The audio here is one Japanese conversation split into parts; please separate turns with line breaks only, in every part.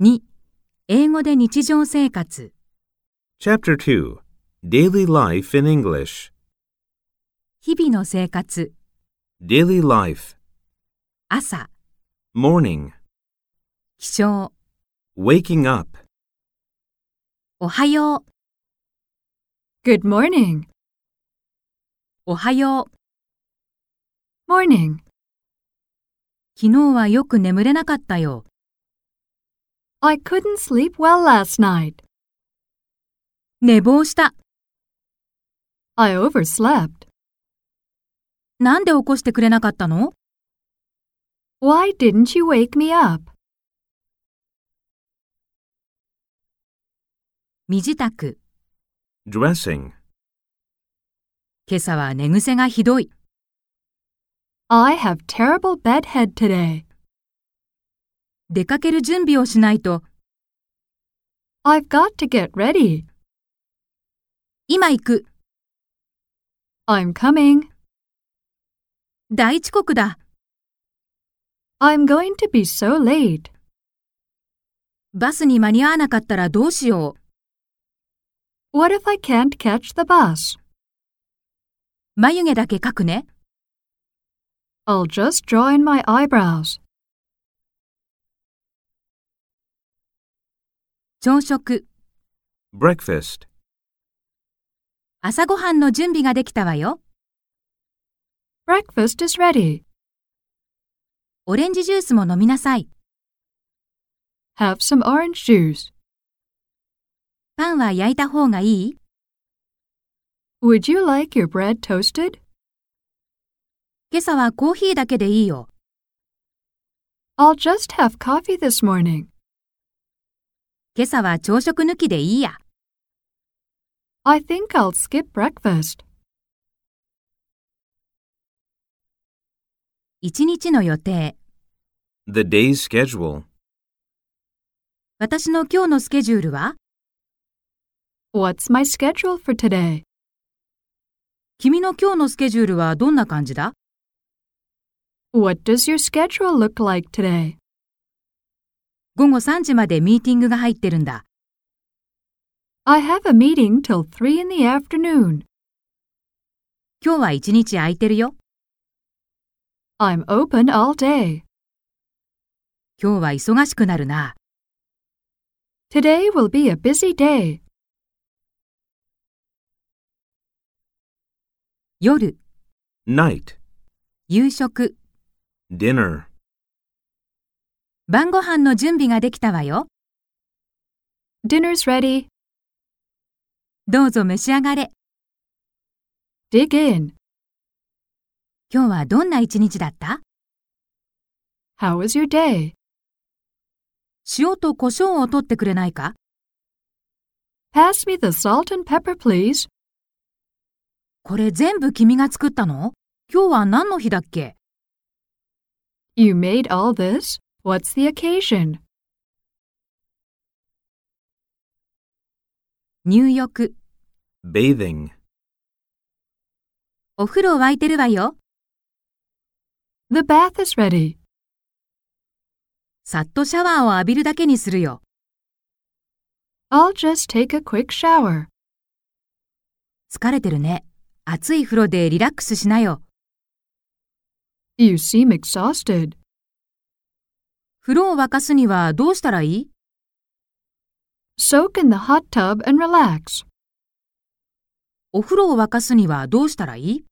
2. 英語で日常生活
Chapter 2 Daily Life in English.
日々の生活
Daily Life.
朝
Morning.
起床
Waking up.
おはよう Good morning おはよう Morning 昨日はよく眠れなかったよ I couldn't sleep well last night 寝坊した I overslept なんで起こしてくれなかったの Why didn't you wake me up? 身支度。
Dressing.
今朝は寝癖がひどい。I have terrible bedhead today. 出かける準備をしないと。I've got to get ready. 今行く。I'm coming. 大遅刻だ。I'm going to be so late. バスに間に合わなかったらどうしよう。What if I can't catch the bus? 眉毛だけ描くね。I'll just draw in my eyebrows. 朝食、
Breakfast.
朝ごはんの準備ができたわよ。Breakfast is ready. オレンジジュースも飲みなさい。Have some orange juice. パンは焼いた方がいい Would you like your bread toasted? 今朝はコーヒーだけでいいよ。I'll just have coffee this morning. 今朝は朝食抜きでいいや。I think I'll skip breakfast. 一日の予定。
The day's schedule.
私の今日のスケジュールは ?What's my schedule for today? 君の今日のスケジュールはどんな感じだ ?What does your schedule look like today? 午後3時までミーティングが入ってるんだ。I have a meeting till 3 in the afternoon. 今日は一日空いてるよ。I'm open all day. 今日は忙しくなるな。Today will be a busy day. 夜、
Night.
夕食、
Dinner.
晩ご飯の準備ができたわよ。Dinner's ready. どうぞ召し上がれ。Dig in. 今日はどんな一日だった ?How was your day? 塩と胡椒を取ってくれないか ?Pass me the salt and pepper, please. これ全部君が作ったの今日は何の日だっけ ?You made all this? What's the occasion? 入浴、
Bathing.
お風呂沸いてるわよ。The bath is ready. さっとシャワーを浴びるだけにするよ。I'll just take a quick shower. 疲れてるね。暑い風呂でリラックスしなよ。You seem exhausted. 風呂を沸かすにはどうしたらいい ?Soak in the hot tub and relax. お風呂を沸かすにはどうしたらいい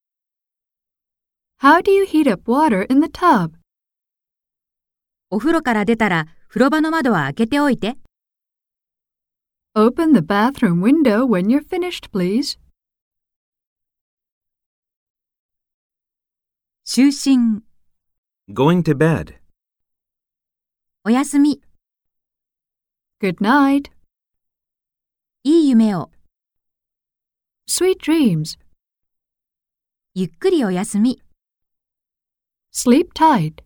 ?How do you heat up water in the tub? お風呂から出たら風呂場の窓は開けておいて。Open the bathroom window when you're finished, please. 就寝、
Going to bed.
おやすみ。Good night. いい夢を。Sweet dreams. ゆっくりおやすみ。Sleep tight.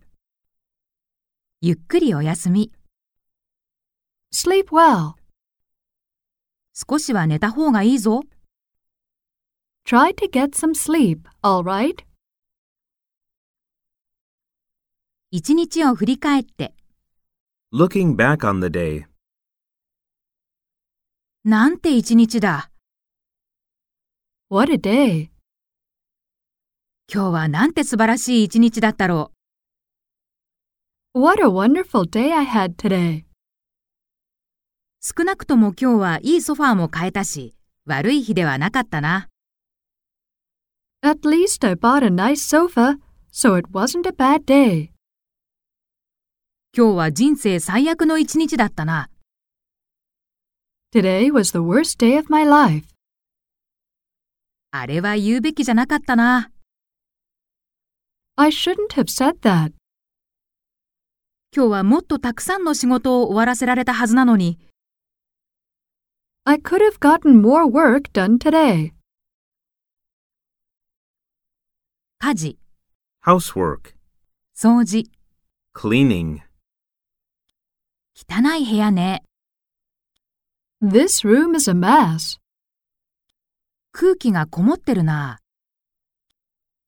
ゆっくりおやすみ。Sleep well. 少しは寝た方がいいぞ。Try to get some sleep, alright? 一日を振り返って。
Looking back on the day.
なんて一日だ。What a day! 今日はなんて素晴らしい一日だったろう。What a wonderful day I had today! 少なくとも今日はいいソファーも買えたし、悪い日ではなかったな。At least I bought a nice sofa, so it wasn't a bad day. 今日は人生最悪の一日だったな。Today was the worst day of my life. あれは言うべきじゃなかったな。I shouldn't have said that. 今日はもっとたくさんの仕事を終わらせられたはずなのに。I could have gotten more work done today. 家事、
housework,
掃除、
cleaning,
汚い部屋ね。This room is a mess. 空気がこもってるな。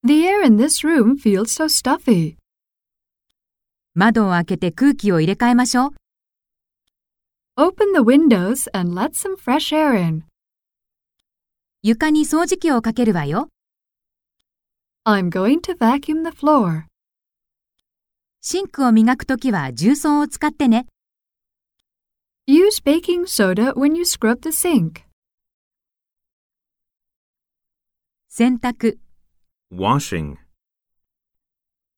The air in this room feels so stuffy. 窓を開けて空気を入れ替えましょう。Open the windows and let some fresh air in. 床に掃除機をかけるわよ。I'm going to vacuum the floor. シンクを磨くときは重曹を使ってね。Use baking soda when you scrub the sink. 洗濯、
washing,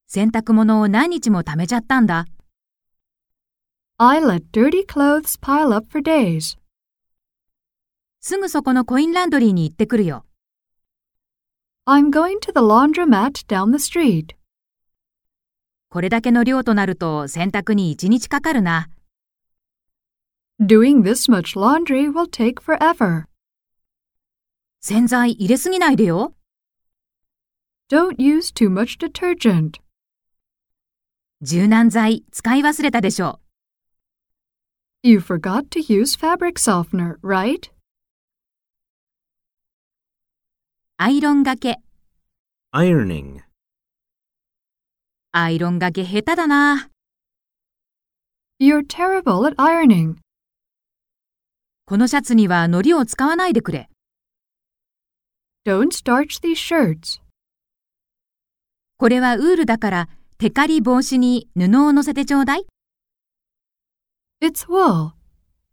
洗濯物を何日も溜めちゃったんだ。I let dirty clothes pile up for days. すぐそこのコインランドリーに行ってくるよ。I'm going to the laundromat down the street. これだけの量となると洗濯に1日かかるな。Doing this much laundry will take forever. 洗剤入れすぎないでよ。Don't use too much detergent. 柔軟剤使い忘れたでしょう。You forgot to use fabric softener, right? アイロンがけ。
ironing,
アイロンがけ下手だな。You're terrible at ironing. このシャツには糊を使わないでくれ。Don't starch these shirts. これはウールだから、テカリ防止に布を乗せてちょうだい。It's wool.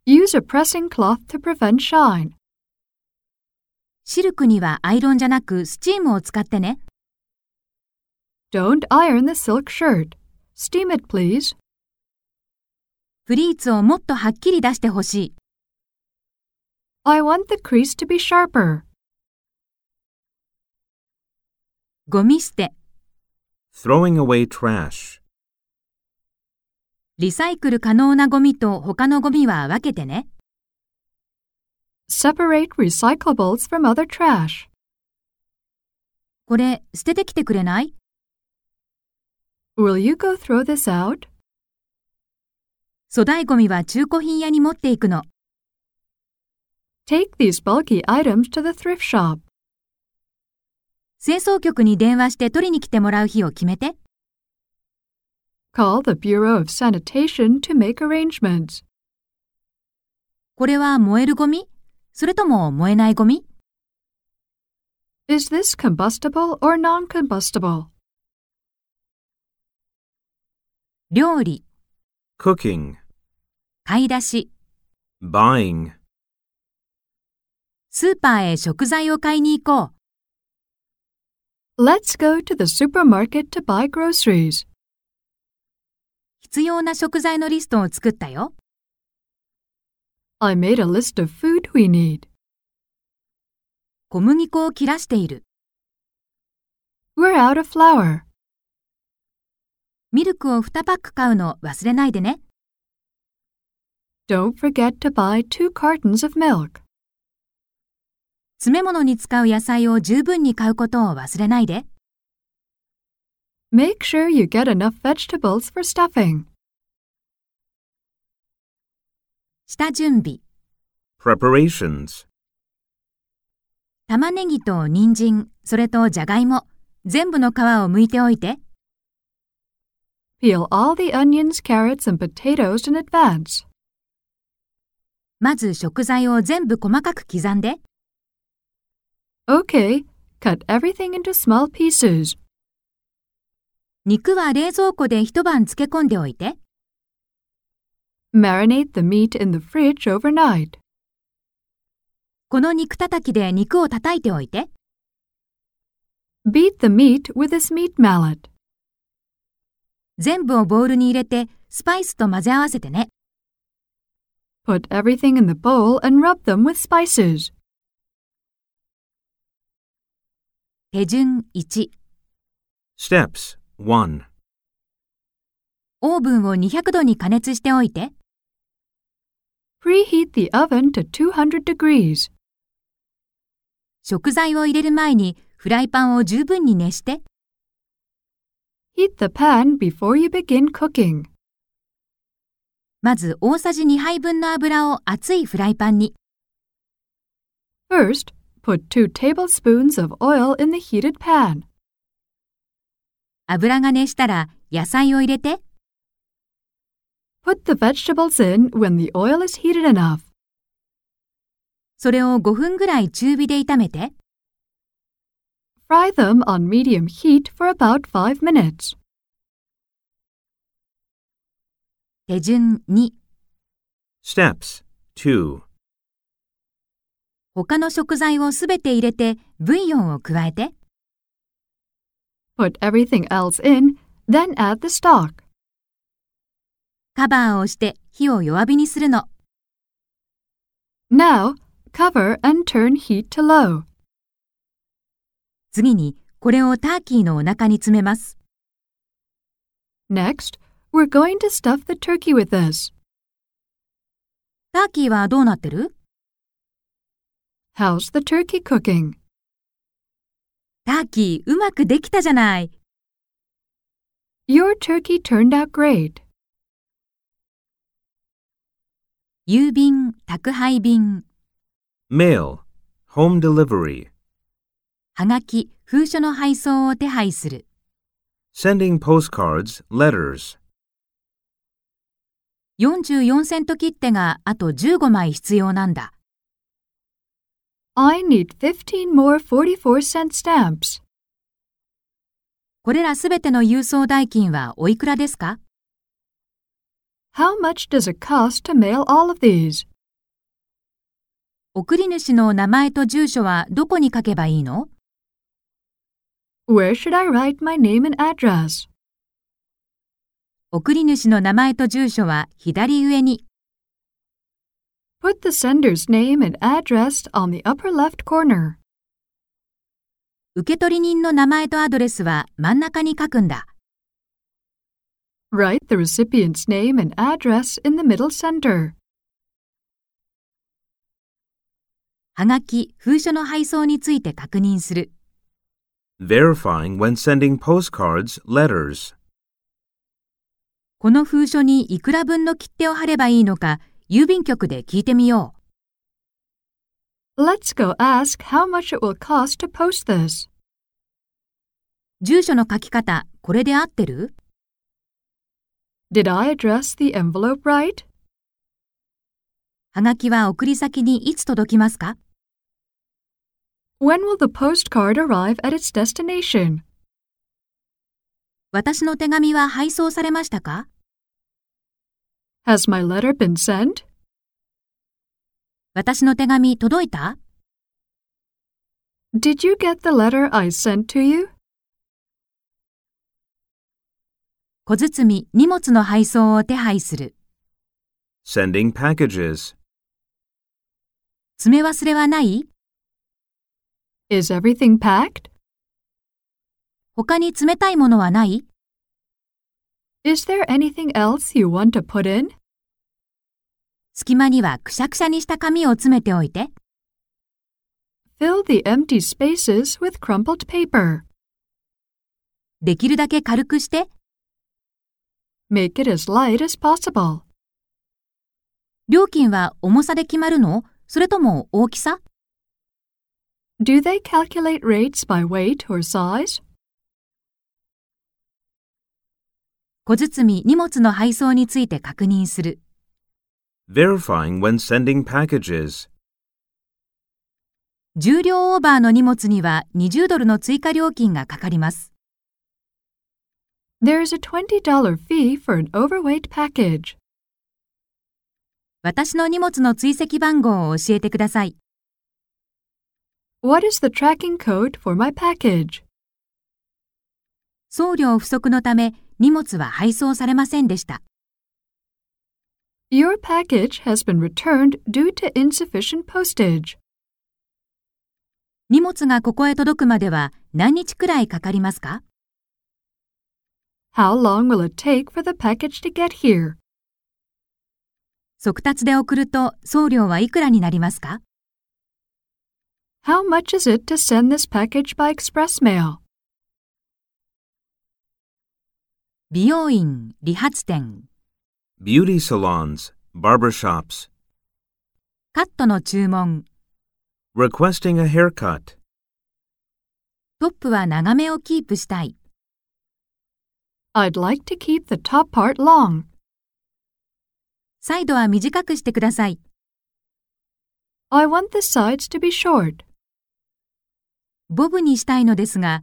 Use a pressing cloth to prevent shine. シルクにはアイロンじゃなくスチームを使ってね。Don't iron the silk shirt. Steam it, please. プリーツをもっとはっきり出してほしい。I want the crease to be sharper. ゴミ捨て、
throwing away trash,
リサイクル可能なゴミと他のゴミは分けてね。Separate recyclables from other trash. これ、捨ててきてくれない Will you go throw this out? 粗大ゴミは中古品屋に持っていくの。Take these bulky items to the thrift shop. 清掃局に電話して取りに来てもらう日を決めて。Call the Bureau of Sanitation to make arrangements. これは燃えるゴミそれとも燃えないゴミ ?Is this combustible or non-combustible? 料理、
cooking,
買い出し、
buying,
スーパーへ食材を買いに行こう。Let's go to the supermarket to buy groceries. 必要な食材のリストを作ったよ。I made a list of food we need. 小麦粉を切らしている。We're out of flour. ミルクを2パック買うの忘れないでね。Don't forget to buy two cartons of milk. 詰め物に使う野菜を十分に買うことを忘れないで。Make sure you get enough vegetables for stuffing. 下準備。
preparations,
玉ねぎと人参、それとじゃがいも、全部の皮を剥いておいて。Peel all the onions, carrots and potatoes in advance. まず食材を全部細かく刻んで。
Okay, cut everything into small pieces.
肉は冷蔵庫で一晩漬け込んでおいて。
Marinate the meat in the fridge overnight.
この肉叩きで肉を叩いておいて。
Beat the meat with this meat mallet.
全部をボウルに入れて、スパイスと混ぜ合わせてね。
Put everything in the bowl and rub them with spices.
手順1、
Steps 1.
オーブンを200度に加熱しておいて。
Preheat the oven to 200 degrees.
食材を入れる前にフライパンを十分に熱して、
Heat the pan before you begin cooking.
まず大さじ2杯分の油を熱いフライパンに。
First, put 2 tablespoons of oil in the heated pan.
油が熱したら野菜を入れて、
Put the vegetables in when the oil is heated enough.
それを5分ぐらい中火で炒めて、
Fry them on medium heat for about 5 minutes.
手順2、
Steps 2.
他の食材をすべて入れてブイヨンを加えて、
Put everything else in, then add the stock.
カバーをして火を弱火にするの。
Now, cover and turn heat to low.
次にこれをターキーのお腹に詰めます。
Next, we're going to stuff the turkey with this.
ターキーはどうなってる
How's the turkey cooking?
ターキーうまくできたじゃない。
Your turkey turned out great.
郵便、宅配便。
Mail. Home delivery.
はがき、封書の配送を手配する。
Sending postcards, letters.
44セント切手があと15枚必要なんだ。
I need 15 more 44 cent stamps.
これらすべての郵送代金はおいくらですか
How much does it cost to mail all of these?
送り主の名前と住所はどこに書けばいいの
Where should I write my name and address?
送り主の名前と住所は左上に。
Put the sender's name and address on the upper left corner.
受取人の名前とアドレスは真ん中に書くんだ。
Write the recipient's name and address in the middle center.
はがき、封書の配送について確認する。
Verifying when sending postcards, letters.
この封書にいくら分の切手を貼ればいいのか、郵便局で聞いてみよう。
Let's go ask how much it will cost to post this.
住所の書き方、これで合ってる
Did I address the envelope right?
はがきは送り先にいつ届きますか
When will the postcard arrive at its destination?
私の手紙は配送されましたか
Has my letter been sent?
私の手紙届いた
Did you get the letter I sent to you?
小包、荷物の配送を手配する。
Sending packages.
詰め忘れはない
Is everything packed?
他に冷たいものはない
Is there anything else you want to put in?
隙間にはくしゃくしゃにした紙を詰めておいて。
Fill the empty spaces with crumpled paper.
できるだけ軽くして、
Make it as light as possible.
料金は重さで決まるのそれとも大きさ
Do they calculate rates by weight or size?
小包、荷物の配送について確認する。
Verifying when sending packages.
重量オーバーの荷物には20ドルの追加料金がかかります。
There is a $20 fee for an overweight package.
私の荷物の追跡番号を教えてください。
What is the tracking code for my package?
送料不足のため荷物は配送されませんでした。
Your package has been returned due to insufficient postage.
荷物がここへ届くまでは何日くらいかかりますか
How long will it take for the package to get here?
速達で送ると送料はいくらになりますか
How much is it to send this package by express mail?
美容院、理髪店、
Beauty salons, barbershops.
カットの注文、
Requesting a haircut.
トップは長めをキープしたい。
I'd like to keep the top part long.
サイドは短くしてください。
I want the sides to be short.
ボブにしたいのですが、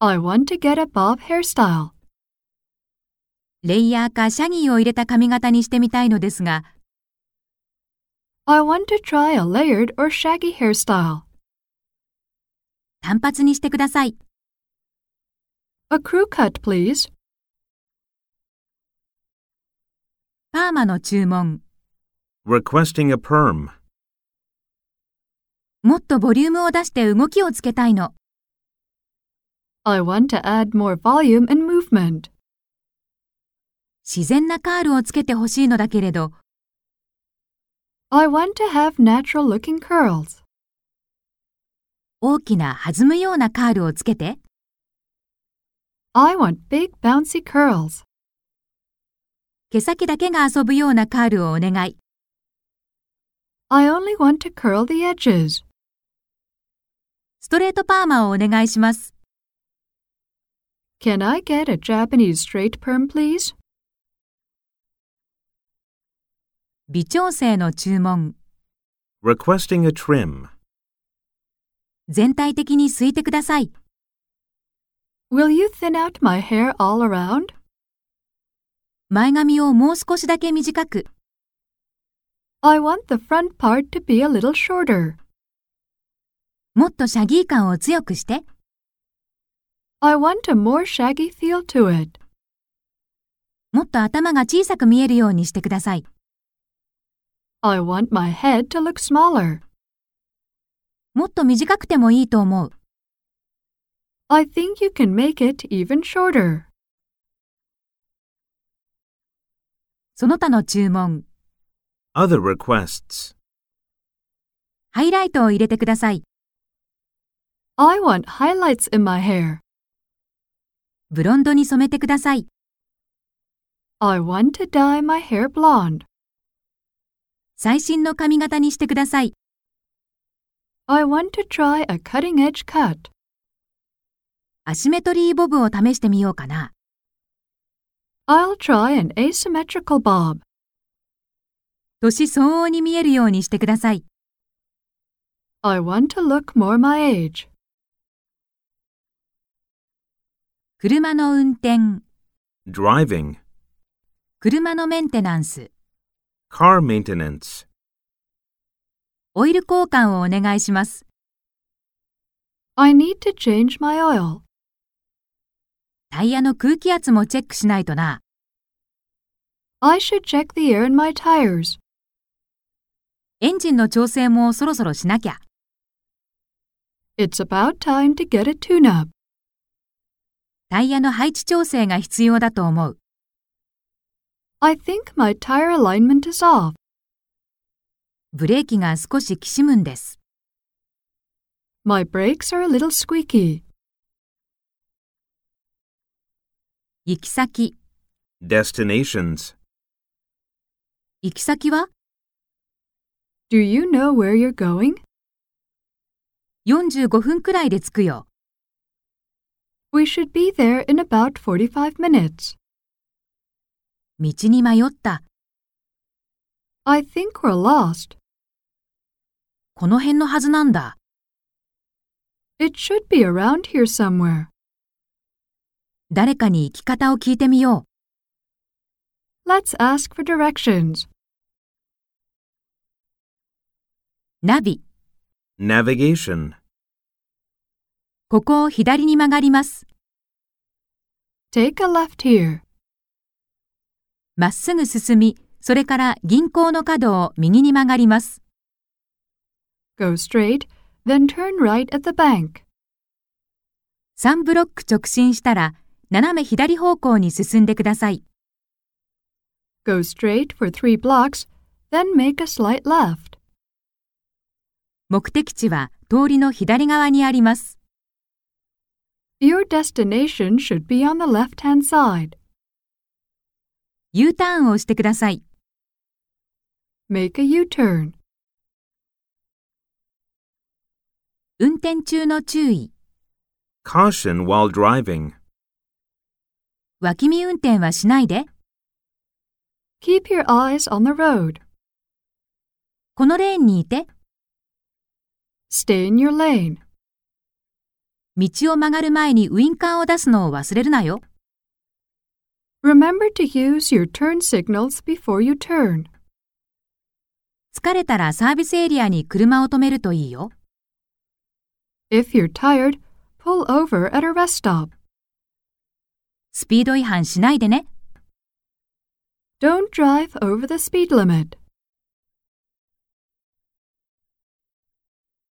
I want to get a bob hairstyle.
レイヤーかシャギーを入れた髪型にしてみたいのですが、
I want to try a layered or shaggy hairstyle.
単発にしてください。
A crew cut, please.
パーマの注文、
Requesting a perm.
もっとボリュームを出して動きをつけたいの。
I want to add more volume and movement.
自然なカールをつけてほしいのだけれど、
I want to have natural looking curls.
大きな弾むようなカールをつけて、
I want big bouncy curls.
毛先だけが遊ぶようなカールをお願い。
I only want to curl the edges.
ストレートパーマをお願いします。
Can I get a Japanese straight perm, please?
微調整の注文、
Requesting a trim.
全体的にすいてください。
Will you thin out my hair all around?
前髪をもう少しだけ短く、
I want the front part to be a little shorter.
もっとシャギー感を強くして、
I want a more shaggy feel to it.
もっと頭が小さく見えるようにしてください。
I want my head to look smaller.
もっと短くてもいいと思う。
I think you can make it even shorter.
その他の注文、
Other requests.
ハイライトを入れてください。
I want highlights in my hair.
ブロンドに染めてください。
I want to dye my hair blonde.
最新の髪型にしてください。
I want to try a cutting edge cut.
アシメトリーボブを試してみようかな。
I'll try an asymmetrical bob.
年相応に見えるようにしてください。
I want to look more my age.
車の運転、
Driving.
車のメンテナンス、
Car maintenance.
オイル交換をお願いします。
I need to change my oil.
タイヤの空気圧もチェックしないとな。
I should check the air in my tires.
エンジンの調整もそろそろしなきゃ。
It's about time to get a tune up.
タイヤの配置調整が必要だと思う。
I think my tire alignment is off.
ブレーキが少しきしむんです。
My brakes are a little squeaky.
行き先、
Destinations.
行き先は
Do you know where you're going?
?45 分くらいで着くよ。
We should be there in about 45 minutes.
道に迷った。
I think we're lost.
この辺のはずなんだ。
It should be around here somewhere.
誰かに行き方を聞いてみよう。
Let's ask for directions.
ナビ、
Navigation.
ここを左に曲がります。
Take a left here.
まっすぐ進み、それから銀行の角を右に曲がります。
Go straight, then turn right at the bank.
3ブロック直進したら、斜め左方向に進んでください。
Go straight for three blocks, then make a slight left.
目的地は通りの左側にあります。
Your destination should be on the left hand side.
U ターンをしてください。
Make a U turn.
運転中の注意。
Caution while driving.
脇見運転はしないで。
Keep your eyes on the road.
このレーンにいて、
Stay in your lane.
道を曲がる前にウインカーを出すのを忘れるなよ。
Remember to use your turn signals before you turn.
疲れたらサービスエリアに車を止めるといいよ。
If you're tired, pull over at a rest stop.
スピード違反しないでね。
Don't drive over the speed limit.